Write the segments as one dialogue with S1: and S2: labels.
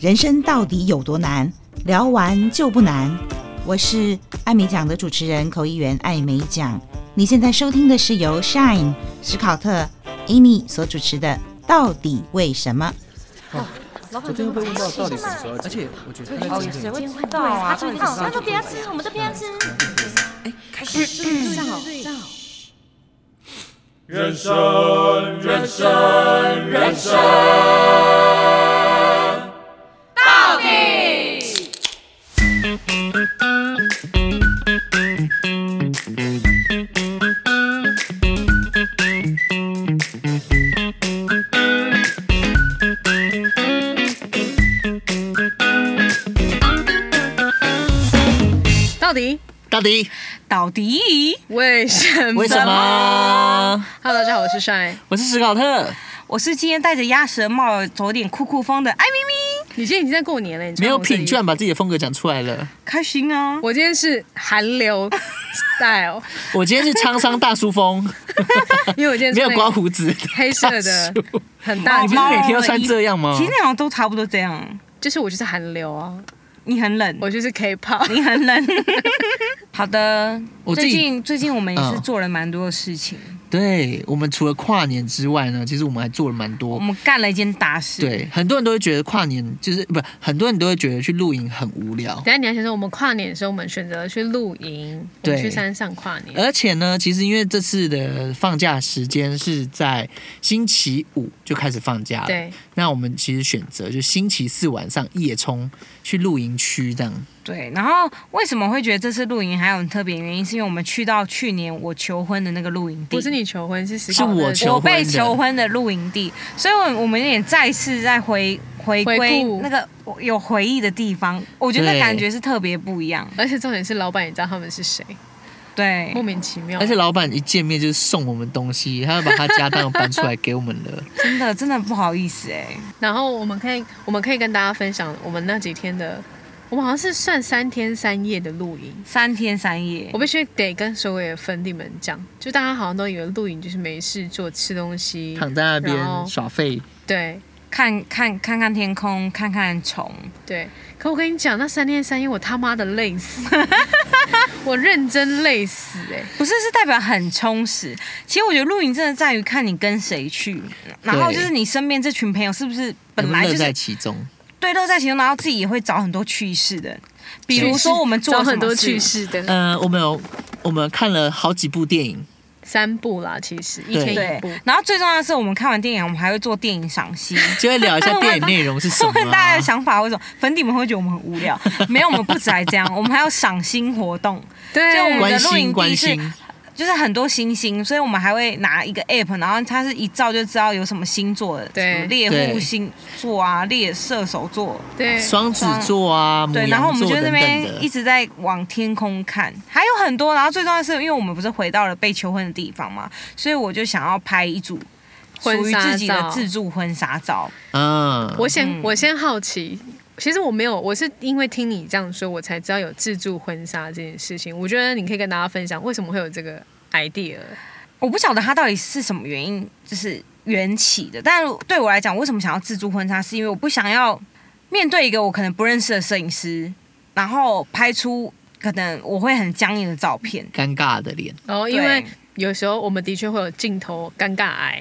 S1: 人生到底有多难？聊完就不难。我是艾美奖的主持人口译员艾美奖。你现在收听的是由 Shine 史考特 Amy 所主持的《到底为什么》。
S2: 老
S3: 昨
S2: 板怎
S3: 天
S2: 么
S3: 会
S2: 不
S3: 问
S2: 吃
S3: 到到底什
S2: 是吗
S3: 么时候要结束，而且
S2: 对
S3: 他在几
S2: 谁
S3: 点？
S2: 会知道啊？他知道，他说不要吃，我们都不要吃。
S4: 人生，人生，人生。
S5: 到底
S6: 到底
S5: 到底为什么？
S6: 为什么？
S5: ？Hello，大家好，我是帅，
S6: 我是史考特，
S5: 我是今天戴着鸭舌帽、走点酷酷风的艾咪咪。你今天已经在过年了，你
S6: 没有
S5: 品
S6: 品，居然把自己的风格讲出来了。
S5: 开心啊！
S2: 我今天是韩 流 style，
S6: 我今天是沧桑大叔风，
S2: 因 为我今天
S6: 没
S2: 穿那
S6: 有
S2: 个
S6: 刮胡子，
S2: 黑色的哦
S6: 大 叔
S2: 很大
S6: 你不
S2: 件，
S6: 是每天都穿这样吗
S5: 其？实那样都差不多这样。
S2: 就是我就是韩流啊，
S5: 你很冷，
S2: 我就是 K-pop。
S5: 你 很冷。好的，
S6: 我自
S5: 最
S6: 己
S5: 近最近我们也是
S6: 嗯
S5: 做了蛮多的事情，
S6: 对我们除了跨年之外呢，其实我们还做了蛮
S5: 我
S6: 多。
S5: 们干了一件大事。，
S6: 对，很多人都会觉得跨年就是不，很多人都会觉得去露营很无聊。
S2: 等一下你要先说，我们跨年的时候，我们选择了去露营，我
S6: 对呃
S2: 们去山上跨年。
S6: 而且呢，其实因为这次的放假时间是在星期五就开始放假了，
S2: 对，
S6: 那我们其实选择就星期四晚上夜冲去露营区这样。
S5: 对，然后为什么会觉得这次露营还有很特别的原因，是因为我们去到去年我求婚的那个露营地，
S2: 不是你求婚，是史
S6: 是
S2: 考特
S6: 我
S2: 的
S6: 求
S5: 我被
S6: 婚的
S5: 求婚的露营地，所以我我们也再次在回回归
S2: 回顾
S5: 那个有回忆的地方，我觉得那
S6: 对
S5: 感觉是特别不一样。
S2: 而且重点是老板也知道他们是谁，
S5: 对
S2: 莫，名其妙。
S6: 而且老板一见面就是送我们东西，他要把他家当搬出来给我们 了。
S5: 真的真的不好意思哎、
S2: 然后我们可以，我们可以跟大家分享我们那几天的，我们好像是算三天三夜的露营。
S5: 三天三夜
S2: 我，必须得跟所有的粉底们讲，就大家好像都以为露营就是没事做、吃东西、
S6: 躺在那
S2: 然后
S6: 边耍废，
S2: 对
S5: 看看看看天空，看看虫，
S2: 对。可我跟你讲，那三天三夜我他妈的累死， 我认真累死哎、
S5: 不是是代表很充实。其实我觉得露营真的在于看你跟谁去，然后就是你身边这群朋友是不是本来
S6: 乐
S5: 就是
S6: 在其中。
S5: 对乐在其中，然后自己也会找很多趣事的，比如说我们做
S2: 找
S5: 了什
S2: 很
S5: 么
S2: 多
S5: 事
S2: 趣事的
S5: 嗯
S6: 呃，我们有我们看了好几部电影，
S2: 三部啦，其实一
S6: 对
S2: 天
S5: 对
S2: 一部。，
S5: 然后最重要的是，我们看完电影，我们还会做电影赏析。
S6: 就会聊一下电影内 容是什么、
S5: 问 大家
S6: 啊
S5: 的。想法为什么？粉底们会觉得我们很无聊，没有，我们不止还这样，我们还有赏心活动，
S2: 对，
S5: 就我们
S6: 关
S5: 的露营
S6: 心
S5: 地
S6: 关
S5: 是
S6: 心，
S5: 就是很多星星，所以我们还会拿一个 app，然后它是一照就知道有什么星座的，
S2: 对
S5: 什么猎户
S6: 对
S5: 星座啊，猎射手座，
S2: 对
S6: 双子座啊，母
S5: 嗯对，然后我
S6: 羊
S5: 们
S6: 座
S5: 就在
S6: 等
S5: 那
S6: 等
S5: 边一
S6: 的。
S5: 直在往天空看，还有很多。然后最重要的是，因为我们不是回到了被求婚的地方嘛，所以我就想要拍一组属
S2: 婚
S5: 于
S2: 纱
S5: 自己的
S2: 照
S5: 自助婚纱照。
S6: 嗯，
S2: 我先、
S5: 嗯
S2: 我先好奇，其实我没有，我是因为听你这样说，我才知道有自助婚纱这件事情。我觉得你可以跟大家分享为什么会有这个 idea。
S5: 我不晓得它到底是什么原因，就是缘起的。但对我来讲，为什么想要自助婚纱，是因为我不想要面对一个我可能不认识的摄影师，然后拍出可能我会很僵硬的照片。
S6: 尴尬的脸，
S2: 然后因为
S5: 对
S2: 有时候我们的确会有镜头尴尬癌，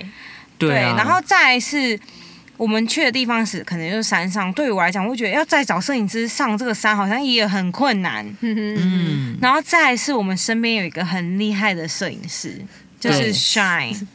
S6: 对啊，
S5: 然后再来是我们去的地方是可能就是山上，对我来讲，我会觉得要再找摄影师上这个山好像也很困难。
S6: 嗯，
S5: 然后再来是我们身边有一个很厉害的摄影师，就是
S6: 对
S5: Shine。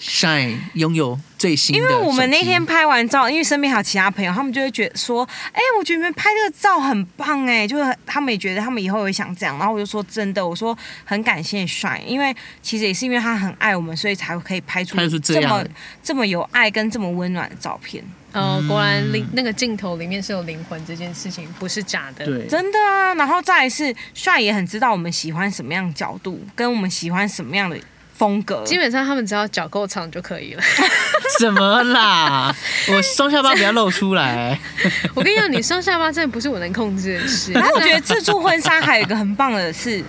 S6: Shine 拥有最新的
S5: 因
S6: 手机，
S5: 为我们那天拍完照，因为身边还有其他朋友，他们就会觉得说，哎、我觉得你们拍这个照很棒、哎，就是他们也觉得他们以后也想这样。然后我就说真的，我说很感谢帅，因为其实也是因为他很爱我们，所以才可以拍出
S6: 拍出这
S5: 这
S6: 样
S5: 么
S6: 的
S5: 这么有爱跟这么温暖的照片。
S2: 呃，果然灵那个镜头里面是有灵魂这件事情，不是假的。
S6: 对，
S5: 真的啊，然后再来是帅也很知道我们喜欢什么样的角度，跟我们喜欢什么样的风格。
S2: 基本上他们只要脚够长就可以了。
S6: 什么啦？我双下巴不要露出 来。
S2: 我跟你讲，你双下巴真的不是我能控制的事。
S5: 然后我觉得自助婚纱还有一个很棒的是，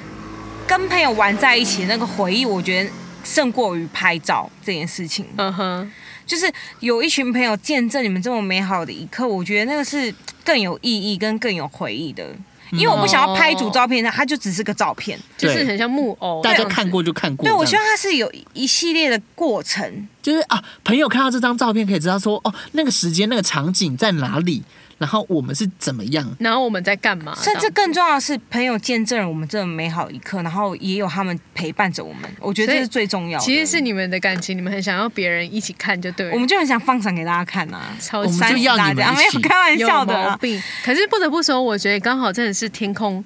S5: 跟朋友玩在一起的那个回忆，我觉得胜过于拍照这件事情。
S2: 嗯哼，
S5: 就是有一群朋友见证你们这么美好的一刻，我觉得那个是更有意义跟更有回忆的。因为我不想要拍一组照片，它就只是个照片。
S2: 就是
S6: 对
S2: 很像木偶这
S6: 大
S2: 样子，
S6: 家看过就看过。
S5: 对，我希
S6: 这样
S5: 望它是有一系列的过程。
S6: 就是啊，朋友看到这张照片可以知道说，哦，那个时间、那个场景在哪里，然后我们是怎么样。
S2: 然后我们在干嘛？
S5: 甚至
S2: 这样
S5: 更重要的是，朋友见证了我们这美好一刻，然后也有他们陪伴着我们。我觉得这
S2: 所以
S5: 是最重要的。
S2: 其实是你们的感情，你们很想要别人一起看就对了。
S5: 我们就很想放闪给大家看啊，
S2: 超
S6: 我们
S5: 三
S6: 就
S5: 十
S6: 要
S5: 大
S6: 你们
S5: 家啊
S6: 一
S5: 没有
S6: 起
S5: 开玩
S2: 有
S5: 笑的
S2: 毛
S5: 啊。
S2: 病。可是不得不说，我觉得刚好真的是天空，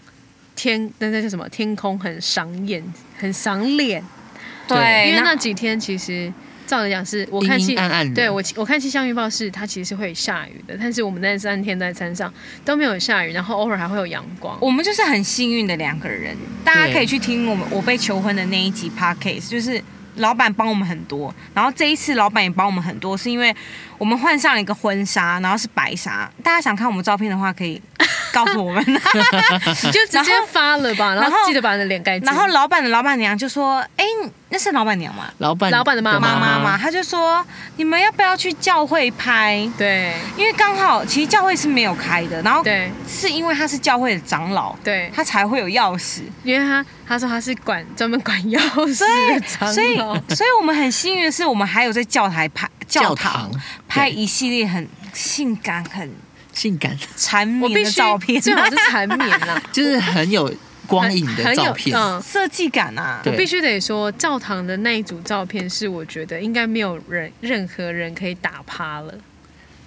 S2: 天那那叫什么？天空很赏眼，很赏脸。
S6: 对
S5: 对，
S2: 因为那几天其实照理讲是我看
S6: 阴
S2: 气
S6: 阴暗暗的
S2: 对我我看气象预报是它其实是会下雨的，但是我们那三天在山上都没有下雨，然后偶尔还会有阳光。
S5: 我们就是很幸运的两个人，大家可以去听我们我被求婚的那一集 podcast，就是老板帮我们很多，然后这一次老板也帮我们很多，是因为我们换上了一个婚纱，然后是白纱，大家想看我们照片的话可以告 诉我们，
S2: 你就直接发了吧，然
S5: 然后
S2: 后记得把你的脸盖住。
S5: 然后老板的老板娘就说：“哎、那是老板娘吗？
S6: 老板，
S2: 老板的妈
S5: 妈妈吗？”
S6: 妈，
S5: 她就说：“你们要不要去教会拍？
S2: 对
S5: 因为刚好其实教会是没有开的，然后
S2: 对
S5: 是因为他是教会的长老，
S2: 对，
S5: 他才会有钥匙。”
S2: 因为他他说他是管专门管钥匙的长
S5: 对，所以
S2: 老，
S5: 所以我们很幸运的是，我们还有在教台拍
S6: 教
S5: 堂
S6: 堂
S5: 拍
S6: 对
S5: 一系列很性感、很
S6: 性感，
S5: 缠
S2: 我
S5: 绵
S2: 必
S5: 的
S2: 须
S5: 照片，啊
S2: 最好是缠绵 啦，
S6: 就是很有光影
S2: 很
S6: 的
S2: 有
S6: 照片。
S2: 嗯
S5: 设计感啊。
S6: 对
S2: 我必须得说，教堂的那一组照片是我觉得应该没有人任何人可以打趴了。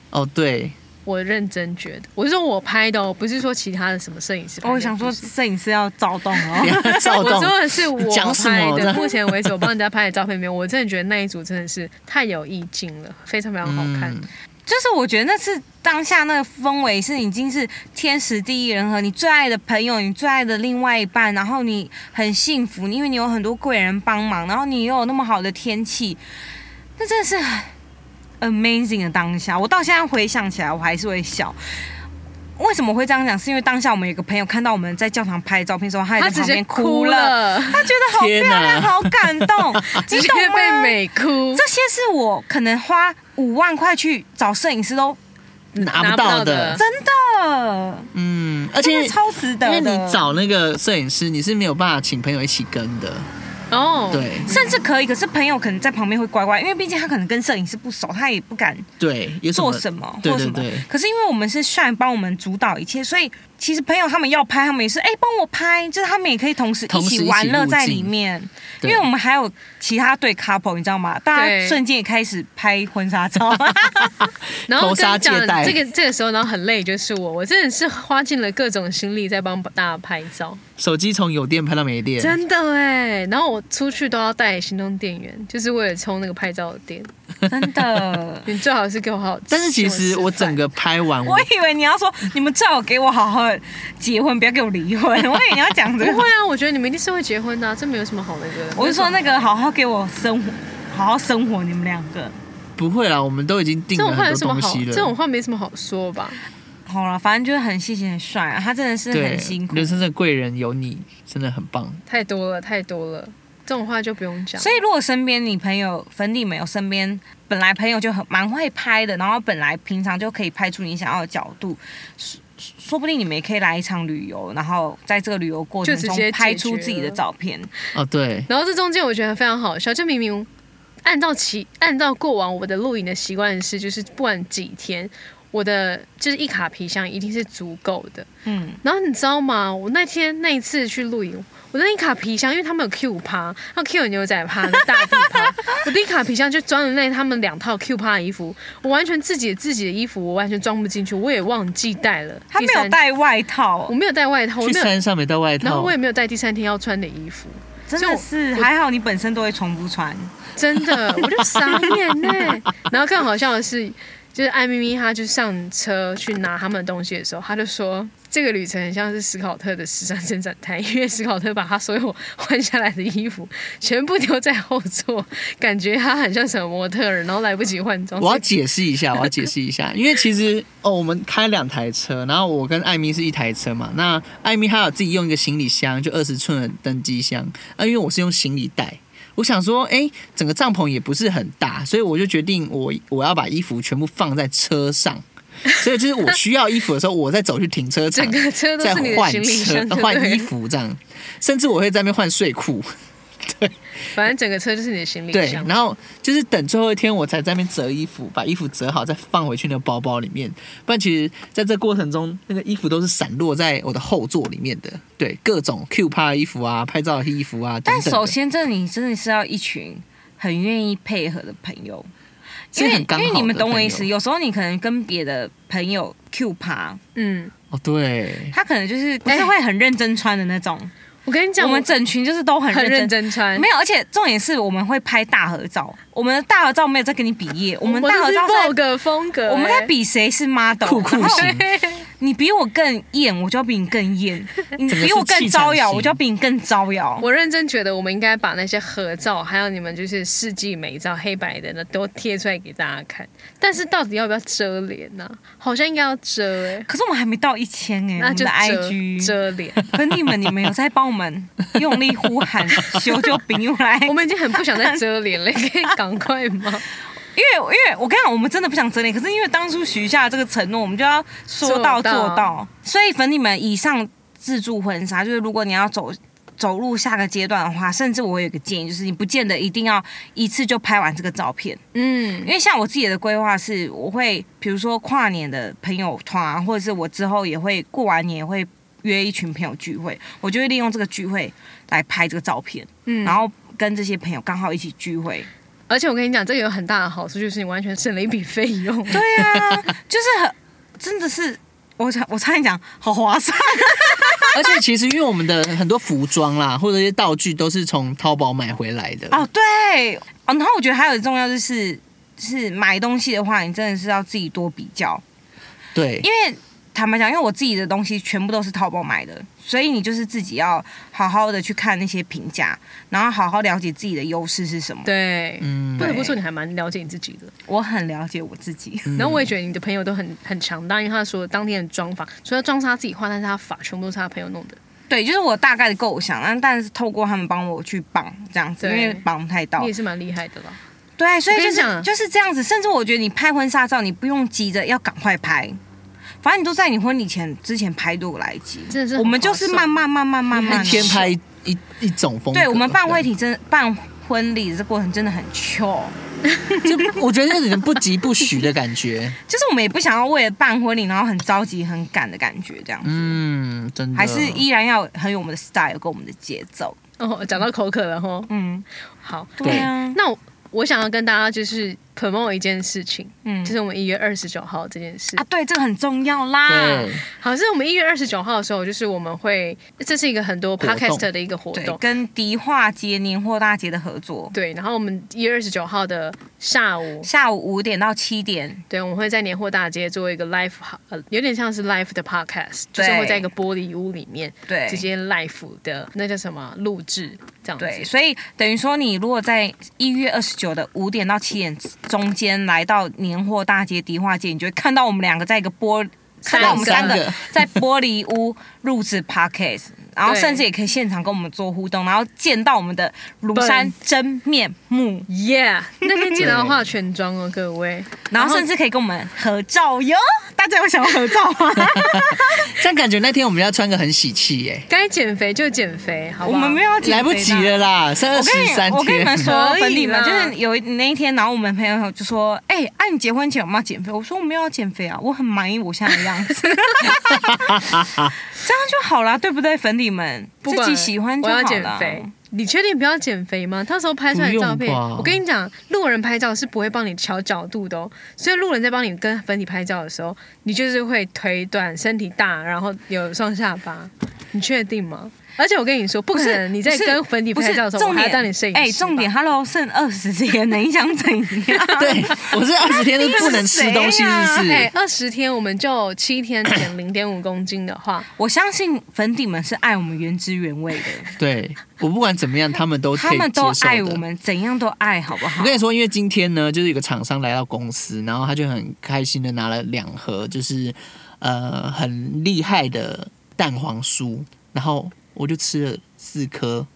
S6: 哦，对，
S2: 我认真觉得，我是说我拍的哦，不是说其他的什么摄影师拍的。
S5: 我想说，
S2: 不是
S5: 摄影师要躁动
S6: 不
S5: 哦。
S6: 要躁
S2: 我
S6: 动。
S2: 说的是
S6: 你
S2: 我
S6: 讲什
S2: 拍
S6: 么
S2: 的，
S6: 呢
S2: 目前为止我帮人家拍的照片里面，我真的觉得那一组真的是太有意境了，非常非常好看。
S6: 嗯
S5: 就是我觉得那是当下那个氛围是已经是天时地利人和，你最爱的朋友，你最爱的另外一半，然后你很幸福，因为你有很多贵人帮忙，然后你又有那么好的天气，那真的是很 amazing 的当下。我到现在回想起来，我还是会笑。为什么会这样讲？是因为当下我们有一个朋友看到我们在教堂拍的照片的时候，他也
S2: 他
S5: 在
S2: 直
S5: 旁
S2: 接
S5: 边哭了，
S2: 了，
S5: 他觉得好漂
S6: 天哪
S5: 亮，好感动，
S2: 直
S5: 你
S2: 接
S5: 懂
S2: 被
S5: 吗？
S2: 美哭，
S5: 这些是我可能花五万块去找摄影师都
S6: 拿不
S2: 的哎
S6: 到的，
S5: 真的，
S6: 嗯，而
S5: 真
S6: 且
S5: 的超值得
S6: 因
S5: 的。
S6: 为你找那个摄影师，你是没有办法请朋友一起跟的，
S2: 哦，
S6: 对
S5: 甚至可以，可是朋友可能在旁边会乖乖，因为毕竟他可能跟摄影师不熟，他也不敢
S6: 对，有什
S5: 做
S6: 么
S5: 什么
S6: 对
S5: 或什
S6: 对
S5: 么。
S6: 对，
S5: 可是因为我们是算帮我们主导一切，所以其实朋友他们要拍，他们也是哎帮、我拍，就是他们也可以同时
S6: 同
S5: 一
S6: 时一
S5: 起
S6: 起
S5: 玩乐
S6: 入
S5: 在
S6: 境
S5: 里面。因
S6: 对
S5: 为我们还有其他对 couple，你知道吗？大
S2: 对
S5: 家瞬间也开始拍婚纱 照。
S2: 然后
S6: 头
S2: 跟
S6: 纱
S2: 你讲
S6: 借戴
S2: 这个这个时候，然后很累，就是我，我真的是花尽了各种心力在帮大家拍照，
S6: 手机从有电拍到没电，
S2: 真的哎。然后我出去都要带行动电源，就是为了充那个拍照的电。
S5: 真的。
S2: 你最好是给我好好吃，
S6: 但是其实
S2: 请
S6: 我
S2: 吃饭
S6: 整个拍完，我
S5: 我以为你要说你们最好给我好好结婚，不要给我离婚。 我以为你要讲这
S2: 不
S5: 个
S2: 会。啊，我觉得你们一定是会结婚的啊、这没有什么好那个的。
S5: 我是说那个好好给我生活，好好生活，你们两个。
S6: 不会啊啦，我们都已经
S2: 这
S6: 定
S2: 种
S6: 了
S2: 话
S6: 很
S2: 有
S6: 多
S2: 什么
S6: 东
S2: 好？
S6: 西
S2: 这
S6: 了，
S2: 种话没什么好说吧？
S5: 好了，反正就是很细心、很帅啊，他真的是
S6: 对
S5: 很辛，苦。
S6: 人生的贵人有你，真的很棒。
S2: 太多了，太多了，这种话就不用讲。
S5: 所以，如果身边你朋友粉底没有身边本来朋友就很蛮会拍的，然后本来平常就可以拍出你想要的角度，说说不定你们也可以来一场旅游，然后在这个旅游过程
S2: 就直接
S5: 中
S2: 解
S5: 拍出
S2: 决
S5: 自己的
S2: 了
S5: 照片。
S6: 哦，对，
S2: 然后这中间我觉得非常好笑，就明明按照其按照过往我的录影的习惯是，就是不管几天，我的就是一卡皮箱一定是足够的。
S5: 嗯，
S2: 然后你知道吗？我那天那一次去露营，我的一卡皮箱，因为他们有 Q 趴，还有 Q 牛仔趴、大地趴，我的一卡皮箱就装了那他们两套 Q 趴的衣服，我完全自己自己的衣服我完全装不进去，我也忘记带了。
S5: 他没
S2: 第
S5: 有
S2: 三，
S5: 带外套啊
S2: 我，没有带外套，我
S6: 去
S2: 没有，
S6: 山上没带外
S2: 然后
S6: 套
S2: 我，也没有带第三天要穿的衣服，
S5: 真
S2: 所以
S5: 的
S2: 我
S5: 是
S2: 我
S5: 还好，你本身都会重复穿。
S2: 真的，我就傻眼 呢、然后更好笑的是，就是艾咪咪，她就上车去拿他们的东西的时候，她就说这个旅程很像是史考特的时尚伸展台，因为史考特把他所有换下来的衣服全部丢在后座，感觉他很像什么模特儿，然后来不及换装。
S6: 我要解释一下，我要解释一下， 因为其实哦，我们开两台车，然后我跟艾米是一台车嘛。那艾米她有自己用一个行李箱，就二十寸的登机箱，啊，因为我是用行李袋。我想说，哎、整个帐篷也不是很大，所以我就决定我我要把衣服全部放在车上，所以就是我需要衣服的时候，我再走去停车场
S2: 整，个车都
S6: 再
S2: 是你的
S6: 换
S2: 行李
S6: 车
S2: 箱，就
S6: 换
S2: 对
S6: 衣
S2: 了，
S6: 服这样，甚至我会在那边换睡裤。
S2: 反正整个车就是你的行李
S6: 对，
S2: 箱。
S6: 然后就是等最后一天我才在那边折衣服，把衣服折好再放回去那个包包里面。不然其实在这过程中，那个衣服都是散落在我的后座里面的。对，各种 Q 趴的衣服啊，拍照的衣服啊，
S5: 但
S6: 等等的
S5: 首先，这你真的是要一群很愿意配合的朋友，
S6: 是
S5: 因为
S6: 很刚
S5: 因
S6: 好的
S5: 为你们懂我意思，
S6: 朋友
S5: 有时候你可能跟别的朋友 Q 趴，
S2: 嗯，
S6: 哦，对，
S5: 他可能就是不是会很认真穿的那种，
S2: 我跟你讲，
S5: 我们
S2: 真
S5: 整群就是都很
S2: 很认
S5: 认真。
S2: 真穿，
S5: 没有，而且重点是我们会拍大合照，我们的大合照没有在跟你比耶，我们大合照
S2: 某
S5: 是在
S2: 个风格，哎
S5: 我们在比谁是 model，
S6: 酷酷
S5: 然后
S6: 型
S5: 你比我更艳，我就要比你更艳；你
S6: 整个
S5: 比
S6: 是
S5: 我更
S6: 气场
S5: 招摇，
S6: 型
S5: 我就要比你更招摇。
S2: 我认真觉得，我们应该把那些合照，还有你们就是世纪美照、黑白的呢，都贴出来给大家看。但是到底要不要遮脸呢、好像应该要遮哎、
S5: 可是我们还没到一千哎，我
S2: 那
S5: 们
S2: 就
S5: 的
S2: 遮
S5: IG
S2: 遮 脸。
S5: 粉弟们，你们有在帮我们用力呼喊修就饼又来？
S2: 我们已经很不想再遮脸了，可以赶快吗？
S5: 因为因为我跟你讲，我们真的不想整理，可是因为当初许下这个承诺，我们就要说到
S2: 做到
S5: 做到。所以粉你们以上自助婚纱，就是如果你要走。走入下个阶段的话，甚至我有一个建议，就是你不见得一定要一次就拍完这个照片，
S2: 嗯
S5: 因，为像我自己的规划是，我会比如说跨年的朋友团，啊或者是我之后也会过完年也会约一群朋友聚会，我就会利用这个聚会来拍这个照片，
S2: 嗯
S5: 然后跟这些朋友刚好一起聚会。
S2: 而且我跟你讲，这个有很大的好处，就是你完全省了一笔费用。
S5: 对啊， 就是很真的是。我差我差点讲，好划算，
S6: 而且其实因为我们的很多服装啦，或者一些道具都是从淘宝买回来的。
S5: 哦，对哦，然后我觉得还有很重要就是，是买东西的话，你真的是要自己多比较，
S6: 对
S5: 因，为坦白讲，因为我自己的东西全部都是淘宝买的，所以你就是自己要好好的去看那些评价，然后好好了解自己的优势是什么。
S2: 对，
S6: 嗯
S2: 不得不说，你还蛮了解你自己的。
S5: 我很了解我自己，
S2: 然后我也觉得你的朋友都很很强大，因为他说当天的妆法，除了妆是他自己画，但是他发全部都是他朋友弄的。
S5: 对，就是我大概的构想，但但是透过他们帮我去绑这样子，因
S2: 对
S5: 为绑不太到
S2: 你也。是蛮厉害的啦。
S5: 对，所以
S2: 我跟
S5: 就
S2: 你
S5: 是
S2: 讲啊
S5: 就是这样子。甚至我觉得你拍婚纱照，你不用急着要赶快拍，反正你都在你婚礼前之前拍都有来及。
S2: 真的是很
S5: 我们就
S2: 划
S5: 是
S2: 算
S5: 慢慢慢慢慢慢
S6: 一天
S5: 地
S6: 拍一一一种风格。
S5: 对我们
S6: 啊
S5: 办婚礼真的办婚礼的这过程真的很糗，
S6: 就我觉得有点不急不徐的感觉。
S5: 就是我们也不想要为了办婚礼然后很着急很赶的感觉这样。
S6: 嗯，真的。
S5: 还是依然要很有我们的 style 跟我们的节奏，
S2: 哦，讲到口渴了吼。
S5: 嗯，
S2: 好，
S5: 对啊，
S2: 那我我想要跟大家就是 promote 一件事情，
S5: 嗯，
S2: 就是我们一月二十九号这件事
S5: 啊，。对，这个很重要啦
S6: 对，，
S2: 好，是我们一月二十九号的时候，就是我们会，这是一个很多
S6: 活动
S2: podcast 的一个活
S5: 对，
S2: 动。
S5: 跟迪化街年货大街的合作，
S2: 对，然后我们一月二十九号的下午，
S5: 下午五点到七点，
S2: 对，我们会在年货大街做一个 live，呃，有点像是 live 的 podcast，就是
S5: 对
S2: 会在一个玻璃屋里面
S5: 对，
S2: 直接 live 的那叫什么录制这样
S5: 对，
S2: 子。
S5: 所以等于说，你如果在一月二十九的五点到七点中间来到年货大街、迪化街，你就会看到我们两个在一个玻，看到我们三
S2: 三
S5: 个
S6: 个
S5: 在玻璃屋录制 podcast，然后
S2: 对
S5: 甚至也可以现场跟我们做互动，然后见到我们的庐山真面目，
S2: Yeah，那天记得要化全妆哦，各位。
S5: 然后甚至可以跟我们合照哟。大家有想要合照 吗？
S6: 这样感觉那天我们要穿个很喜气耶、
S2: 该减肥就减肥，好
S5: 我
S2: 不好？
S5: 们没有要减肥的
S6: 来不及。了啦，剩二
S5: 我
S6: 十
S5: 跟你
S6: 三天。
S5: 我跟你们说，
S2: 可以啦
S5: 粉底们就是有一那一天，然后我们朋友就说：“哎、啊，你结婚前有没有减肥？”我说：“我没有要减肥啊，我很满意我现在的样子。” 这样就好啦，对不对，粉底们？
S2: 不
S5: 自
S2: 管
S5: 己喜欢就
S2: 我
S5: 好
S2: 要减
S5: 了。
S2: 肥。你确定不要减肥吗？到时候拍出来的照
S6: 不
S2: 片，
S6: 用吧
S2: 我跟你讲，路人拍照是不会帮你调角度的哦。所以路人在帮你跟粉底拍照的时候，你就是会腿短、身体大，然后有双下巴。你确定吗？而且我跟你说，不
S5: 不
S2: 可
S5: 是
S2: 能你在
S5: 不是
S2: 跟粉底
S5: 不是
S2: 拍照的时候，我
S5: 重
S2: 还要
S5: 点
S2: 当你摄影师吧。
S5: 哎、重点，Hello，剩二十天了，你想怎样？
S6: 对，我是二十天都不能吃东西，是不是？
S5: 啊
S2: 哎，二十天我们就七天减零点五公斤的话，
S5: 我相信粉底们是爱我们原汁原味的，
S6: 对我不管怎么样，他们都可以
S5: 他们都
S6: 接受的
S5: 爱我。们，怎样都爱，好不好？
S6: 我跟你说，因为今天呢，就是有个厂商来到公司，然后他就很开心的拿了两盒，就是呃很厉害的蛋黄酥，然后我就吃了四颗，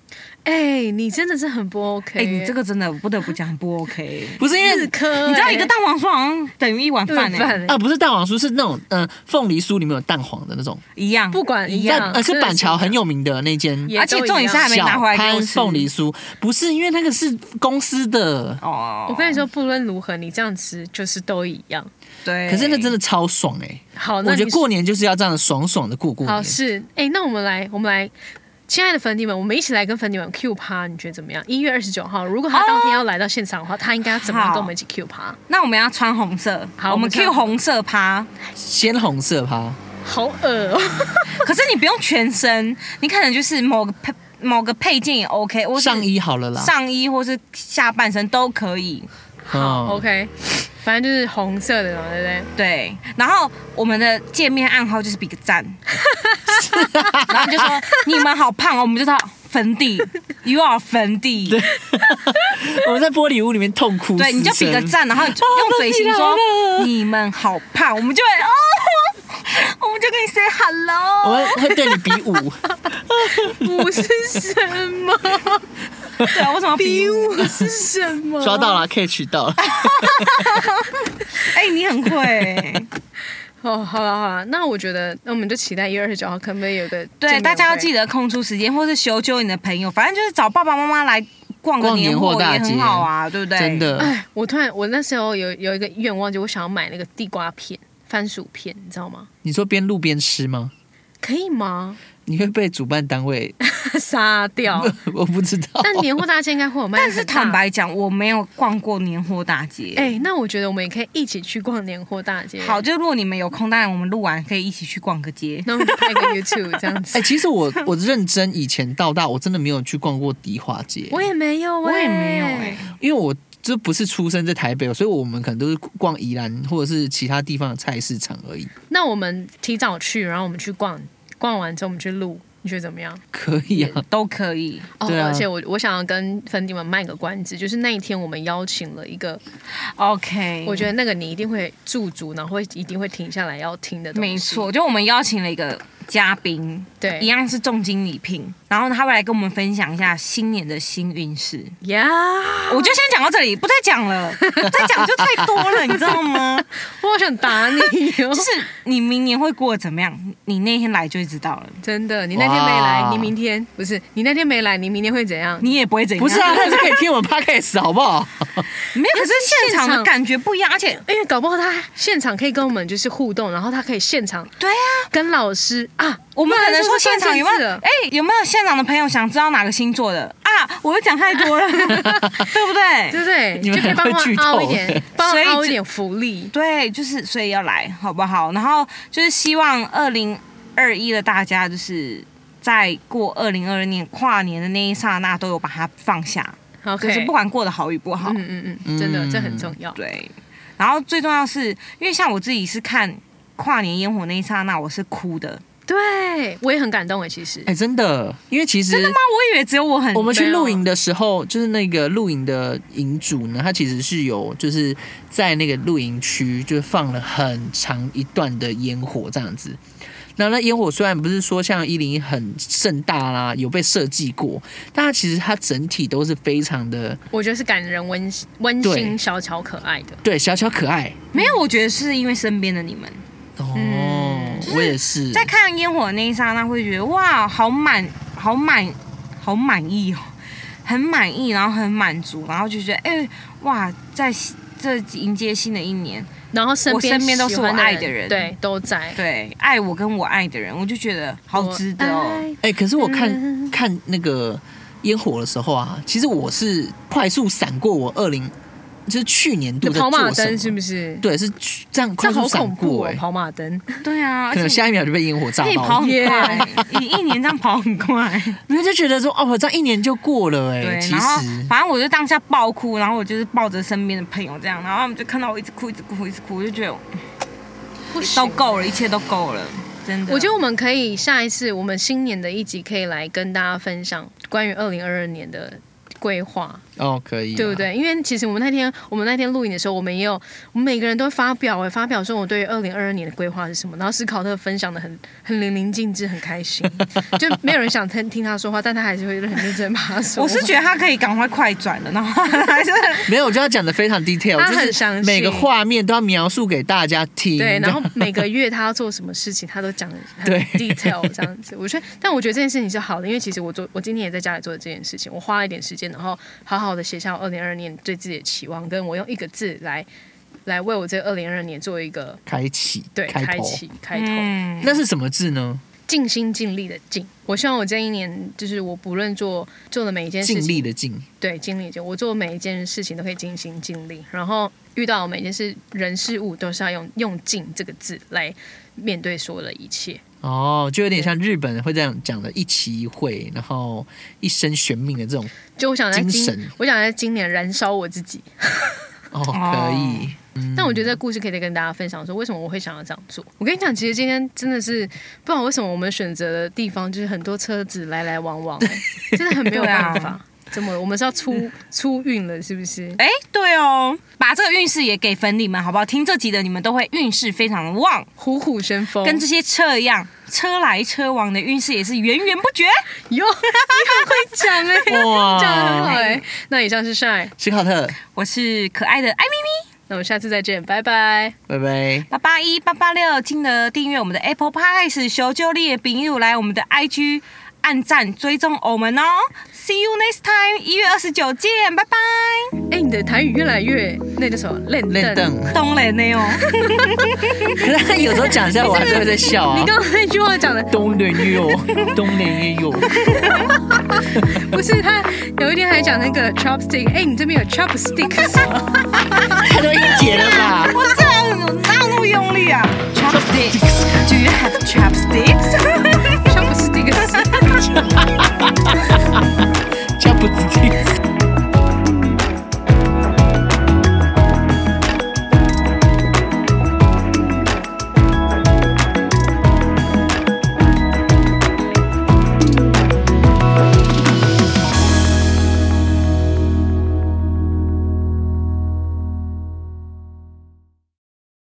S2: 哎、你真的是很不 OK
S5: 哎、
S2: 耶、
S5: 你这个真的不得不讲不 OK。
S6: 不是因为
S2: 四颗、
S5: 你知道
S2: 哎
S5: 一个蛋黄酥好像等于一碗饭欸
S2: 顿
S5: 呢、
S2: 饭、哎
S6: 啊，不是蛋黄酥，是那种嗯、呃凤梨酥里面有蛋黄的那种，
S5: 一样，
S2: 不管一
S6: 但
S2: 样，
S6: 呃是
S2: 真的
S6: 板桥很有名的那间
S2: 也
S5: 而且
S2: 都一
S5: 重点是还
S2: 样
S5: 没
S6: 小
S5: 拿回来给我
S6: 摊
S5: 吃
S6: 凤梨酥，不是因为那个是公司的，
S5: 哦。
S2: 我跟你，说，不论如何，你这样吃就是都一样。
S5: 对，哦
S6: 可是那真的超爽哎、
S2: 好，那
S6: 我觉
S2: 你
S6: 得过年就是要这样爽爽的过过
S2: 好
S6: 年。
S2: 是哎、那我们来，我们来，亲爱的粉底们，我们一起来跟粉底们 Q 趴，你觉得怎么样？一月二十九号，如果他当天要来到现场的话，他应该要怎么样
S5: 好
S2: 跟我们一起
S6: 哦
S2: Q 趴？
S5: 那我们要穿红色，
S2: 好
S5: 我
S2: 我
S5: 们
S2: 们穿
S5: Q 红色趴。
S6: 鲜红色趴，
S2: 好恶 哦、
S5: 可是你不用全身，你可能就是某个配某个配件也 OK，或是
S6: 上衣好了啦。
S5: 上衣或是下半身都可以。
S2: 好
S6: 嗯
S2: ，OK，反正就是红色的嘛，对不对？
S5: 对，然后我们的界面暗号就是比个 赞，然后就说你们好胖哦，我们就说粉底，You are 粉 底。对，
S6: 我们在玻璃屋里面痛哭失声。
S5: 你就比个赞，然后你就用嘴型说你们好胖，我们就会哦， 我们就跟你 say
S6: 我
S5: hello。
S6: 们会对你比 武，
S2: 五是什么？
S5: 对啊，为什么要比我？
S2: 五是什么？
S6: 抓到了，catch 到了。
S5: 哎、你很会、 欸。
S2: 哦，好了好了，那我觉得，那我们就期待一月二十九号，可不可以有个
S5: 对，大家要记
S2: 得
S5: 得空出时间，或是求救你的朋友，反正就是找爸爸妈妈来逛个
S6: 逛年货
S5: 货
S6: 大
S5: 也
S6: 街
S5: 很好啊，对不对？
S6: 真，的，
S2: 哎，我突然，我那时候有有一个愿望，就我想要买那个地瓜片、番薯片，你知道吗？
S6: 你说边录边吃吗？
S2: 可以吗？
S6: 你会被主办单位？
S2: 杀 掉。
S6: 我不知道。
S2: 但年货大街应该会有卖，
S5: 但是坦，白讲，我没有逛过年货大街。
S2: 哎、那我觉得我们也可以一起去逛年货大街。
S5: 好，，就如果你们有空，当然我们录完可以一起去逛个街。
S2: 那我们就拍个 YouTube 这样子。
S6: 哎、其实我我认真以前到大，我真的没有去逛过迪化街，
S2: 我也没有、
S5: 我也没有
S2: 哎
S5: 哎、
S6: 因为我这不是出生在台北，哦所以我们可能都是逛宜兰或者是其他地方的菜市场而已。
S2: 那我们提早去，然后我们去逛，逛完之后我们去录，你觉得怎么样？
S6: 可以啊，
S5: 都可以
S2: 哦
S6: 对啊
S2: 而且我我想要跟粉底们卖个关子，就是那一天我们邀请了一个，
S5: ，OK。
S2: 我觉得那个你一定会驻足，然后会一定会停下来要听的东西。
S5: 没错，，就我们邀请了一个嘉宾，
S2: 对
S5: 一样是重金礼聘，然后他会来跟我们分享一下新年的新运势。
S2: 呀、
S5: 我就先讲到这里，不再讲了，再讲就太多了，你知道吗？
S2: 我好想打你 哦！
S5: 就是你明年会过得怎么样，你那天来就会知道了，
S2: 真的，你那天没来，
S6: 哇
S2: 你明天不是你那天没来，你明天会怎 样？
S5: 你也不会怎样。
S6: 不是啊，但是可以听我们 podcast 好不好？
S5: 没有，可是现场的感觉不一样，而且
S2: 因为哎搞不好他现场可以跟我们就是互动，然后他可以现场
S5: 对啊，
S2: 跟老师啊，
S5: 我们可能说
S2: 这是
S5: 现
S2: 关
S5: 场
S2: 键
S5: 有没
S2: 字
S5: 有
S2: 了
S5: 哎、有没有现场的朋友想知道哪个星座的啊？我又讲太 多了，对不
S2: 对
S5: 对？
S2: 不对？
S6: 你们
S2: 就可以
S6: 很
S2: 帮
S6: 会
S2: 忙
S6: 剧
S2: 凹
S6: 透
S2: 一
S6: 欸
S2: 点，帮忙
S5: 所以
S2: 凹一
S5: 这
S2: 点福利。
S5: 对，就是所以要来好不好？然后就是希望二零二一的大家就是。在过二零二二年跨年的那一刹那，都有把它放下，
S2: OK，
S5: 就是不管过得好与不好，
S2: 嗯嗯嗯，真的
S6: 嗯
S2: 这很重要。
S5: 对，然后最重要是因为像我自己是看跨年烟火那一刹那，我是哭的。
S2: 对，我也很感动哎，其实
S6: 哎、真的，因为其实
S5: 那我以为只有我很
S6: 我们去
S2: 没有
S6: 露营的时候，就是那个露营的营主呢，他其实是有就是在那个露营区就放了很长一段的烟火这样子。那那烟火虽然不是说像一零一很盛大啦，有被设计过，但它其实它整体都是非常的
S2: 我觉得是感人、温馨温
S6: 对
S2: 馨、小巧、可爱的。
S6: 对小巧可爱。
S5: 没有，我觉得是因为身边的你们
S6: 哦，
S2: 嗯
S6: 我也是。
S5: 在看烟火的那一刹那，会觉得哇，好满，好满，好满意哦，很满意，然后很满足，然后就觉得哎、哇，在这迎接新的一年，
S2: 然后身边
S5: 我身边都是
S2: 喜欢
S5: 我爱
S2: 的
S5: 的人
S2: 对，都在。
S5: 对，爱我跟我爱的人，我就觉得好值得
S2: 我
S5: 哦。
S2: 爱
S6: 哎、可是我看、
S2: 嗯
S6: 看那个烟火的时候啊，其实我是快速闪过我二零，就是去年度
S2: 你
S6: 在
S2: 跑
S6: 做
S2: 马
S6: 什么
S2: 灯是不是？
S6: 对，是去这样
S2: 这
S6: 快
S2: 样
S6: 速
S2: 好
S6: 闪
S2: 恐怖
S6: 过
S2: 哦
S6: 哎、，
S2: 跑马灯。
S5: 对啊，而
S6: 可能
S5: 且
S6: 下一秒就被烟火炸
S5: 可以跑
S6: 到，
S5: 很快
S2: Yeah，
S5: 你一年这样跑很快。
S6: 你们就觉得说哦，我这样一年就过了哎、
S5: 对，
S6: 其
S5: 然后
S6: 实
S5: 反正我就当下爆哭，然后我就是抱着身边的朋友这样，然后他们就看到我一直哭，一直哭，一直哭，我就觉得
S2: 不行
S5: 都够了，一切都够了，真的。
S2: 我觉得我们可以下一次，我们新年的一集可以来跟大家分享关于二零二二年的规划。
S6: 哦，可以、啊，
S2: 对不？对？因为其实我们那天我们那天录影的时候，我们也有我们每个人都发表哎、发表说我对二零二二年的规划是什么，然后史考特分享的很很淋漓尽致，很开心，就没有人想听听他说话，但他还是会很认真把他说
S5: 我
S2: 完。
S5: 是觉得他可以赶快快转了，然后还是
S6: 没有，我觉得他讲的非常 detail，
S2: 他很
S6: 就
S2: 详
S6: 是
S2: 细
S6: 每个画面都要描述给大家听。
S2: 对，
S6: 这
S2: 然
S6: 样
S2: 后每个月他要做什么事情，他都讲的很
S6: 对
S2: detail 这样子。我觉得，但我觉得这件事情是好的，因为其实我做，我今天也在家里做的这件事情，我花了一点时间，然后好好的写下我二零二年对自己的期望，跟我用一个字来来为我这二零二年做一个
S6: 开启，
S2: 对
S6: 开头
S2: 启开头，
S5: 嗯，
S6: 那是什么字呢？
S2: 尽心尽力的尽。我希望我这一年，就是我不论做做的每一件事
S6: 尽
S2: 情，
S6: 力的尽，
S2: 对，尽力就我做每一件事情都可以尽心尽力，然后遇到每件事人事物都是要用用“尽”这个字来面对所有的一切。
S6: 哦，就有点像日本人会这样讲的，一期一会，然后一生悬命的这种。
S2: 就我想在
S6: 精
S2: 今
S6: 神，
S2: 我想在今年燃烧我自己。
S6: 哦，可以，
S2: 但我觉得这个故事可以再跟大家分享，说为什么我会想要这样做。我跟你讲，其实今天真的是不知道为什么我们选择的地方就是很多车子来来往往、欸真的很没有
S5: 对啊
S2: 办法。怎么了？我们是要出出运了，是不是？
S5: 哎，对哦，把这个运势也给粉你们好不好？听这集的你们都会运势非常旺，
S2: 虎虎生风，
S5: 跟这些车一样，车来车往的运势也是源源不绝。
S2: 哟，你很会讲哎、欸，
S6: 哇
S2: 讲得很好哎、那以上是 Shine，
S6: 史考特，
S5: 我是可爱的艾咪咪，
S2: 那我们下次再见，拜拜。
S6: 拜拜。
S5: 八八一八八六，记得订阅我们的 Apple Podcast，求救力的朋友来我们的 IG 按赞追踪我们哦。See you next time，一月二十九见，拜拜。
S2: 哎、你的台语越来越那个什么练
S6: 练
S2: 凳。
S6: 凳，
S5: 懂了没有？
S6: 可是他有时候讲一下，我还是会在笑啊
S2: 你。刚刚那句话讲的
S6: 东人也有，东人也有，
S2: 不是他，有一天还讲那个 chopstick，哎、你这边有 chopstick 什么？
S6: 他都一解了吧。
S5: 我这哪有那么用力啊？Do you have